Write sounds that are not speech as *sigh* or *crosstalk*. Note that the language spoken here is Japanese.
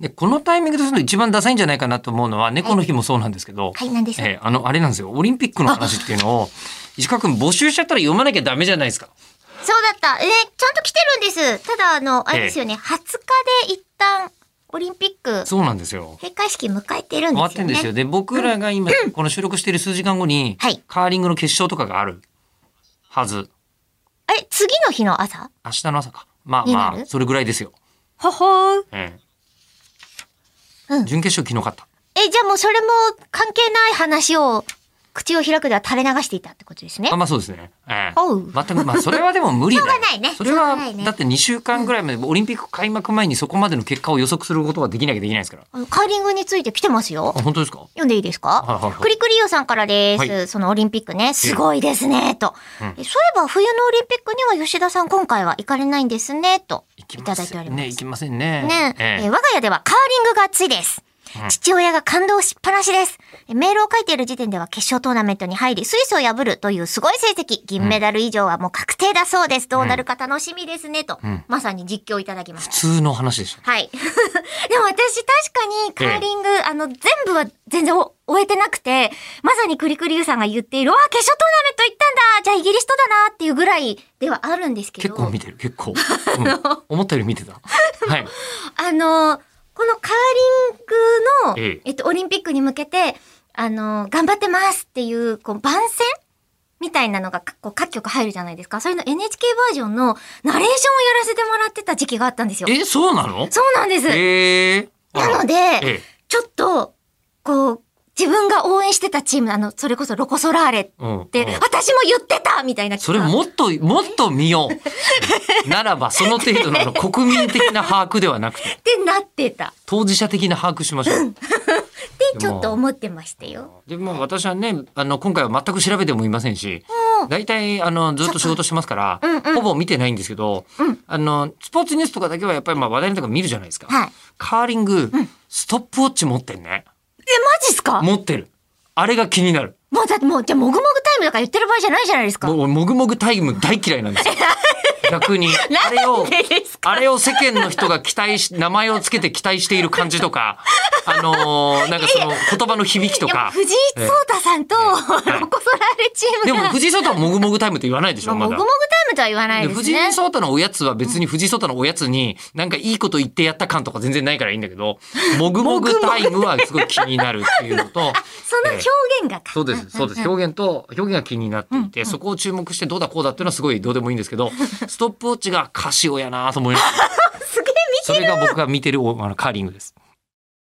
で、このタイミングでするの一番ダサいんじゃないかなと思うのは、猫の日もそうなんですけど、はい、なんです。えーあの、あれなんですよ、オリンピックの話っていうのを、石川君募集しちゃったら読まなきゃダメじゃないですか。そうだった。えー、ちゃんと来てるんです。ただ、あの、あれですよね、20日で一旦、オリンピック、そうなんですよ。閉会式迎えてるんですよね。終わってんですよ。で、僕らが今、この収録している数時間後に、はいカーリングの決勝とかがあるはず。え、次の日の朝明日の朝か。まあになるまあ、それぐらいですよ。ほほー。ええうん準決勝昨日勝った。え、じゃあもうそれも関係ない話を、口を開くでは垂れ流していたってことですねあ。まあそうですね。ええおう全く、まあそれはでも無理だよ。しょうがないねそれしょうがはない、ねだって2週間ぐらいまで、オリンピック開幕前にそこまでの結果を予測することはできなきゃできないですから。あのカーリングについて来てますよあ、。本当ですか読んでいいですはいはいはかいクリクリオさんからです、はそのオリンピックね、すごいですね、と、うんえそういえば冬のオリンピックには吉田さん今回は行かれないんですね、とい行きたまだいてせおりんます。ね。ね行きませんね。えええー我が家ではカーリングが熱いです。うん父親が感動しっぱなしです。えメールを書いている時点では決勝トーナメントに入り、スイスを破るというすごい成績。銀メダル以上はもう確定だそうです。どうなるか楽しみですね、と、うんまさに実況いただきました普通の話でした。はい。で *laughs* も私確かにカーリング、あの、全部は全然お終えてなくて、まさにクリクリユさんが言っている、わあ、決勝トーナメント行ったんだじゃあイギリスとだなっていうぐらいではあるんですけ結ど、構見てる、結 *laughs* 構。うん思ったより見てた。はい。あの、このカええーリングの、えっと、オリンピックに向けて、あの、頑張ってますっていう、こう、番宣みたいなのが、こう、各局入るじゃないですか。それの NHK バージョンのナレーションをやらせてもらってた時期があったんですよ。え、そうなのそうなんです。ええあらなので、えちょっと、こう、自分が応援してたチーム、あの、それこそロコソラーレっえうんて、うん私も言ってたみたいな。それもっと、もっと見よ *laughs* う。ならば、その程度のあの国民的な把握ではなくて、ってなってた。当事者的な把握しましょう。で、ちょっと思ってましたよ。でも私はね、あの、今回は全く調べてもいませんし、大体、あの、ずっと仕事してますから、うんうんほぼ見てないんですけど、うんあの、スポーツニュースとかだけはやっぱりまあ話題のとか見るじゃないですか。はい。カーリング、ストップウォッチ持ってんね。え、マジっすかも持ってる。あれが気になる。うだってもう、じゃあもぐもぐタイムとか言ってる場合じゃないじゃ *laughs* ないですか。もう俺もぐもぐタイム大嫌いなん *laughs* ですよ。逆に。あれを、なんでですあれを世間の人が期待し、名前をつけて期待している感じとか、あのーなんかその言葉の響きといやか。藤井聡太さんえと、*laughs* えロコソラーレチーでムもが、藤井聡太はもぐもぐタイムって言わないでしょ、まあまもぐだもぐ。タイムとは言わないでです藤井ね。聡太のおやつは別に藤井聡太のおやつになんかいいこと言ってやった感とか全然ないからいいんだけど、もぐもぐタイムはすごい気になるっていうのと、その表現がか。 *laughs* そうです、そうです。表現と、表現が気になっていて、そこを注目してどうだこうだっていうのはすごいどうでもいいんですけ *laughs* ど、 *laughs* ストップウォッチがカシオやなと思います。すげえ見それが僕が見てるおあのカーリングです。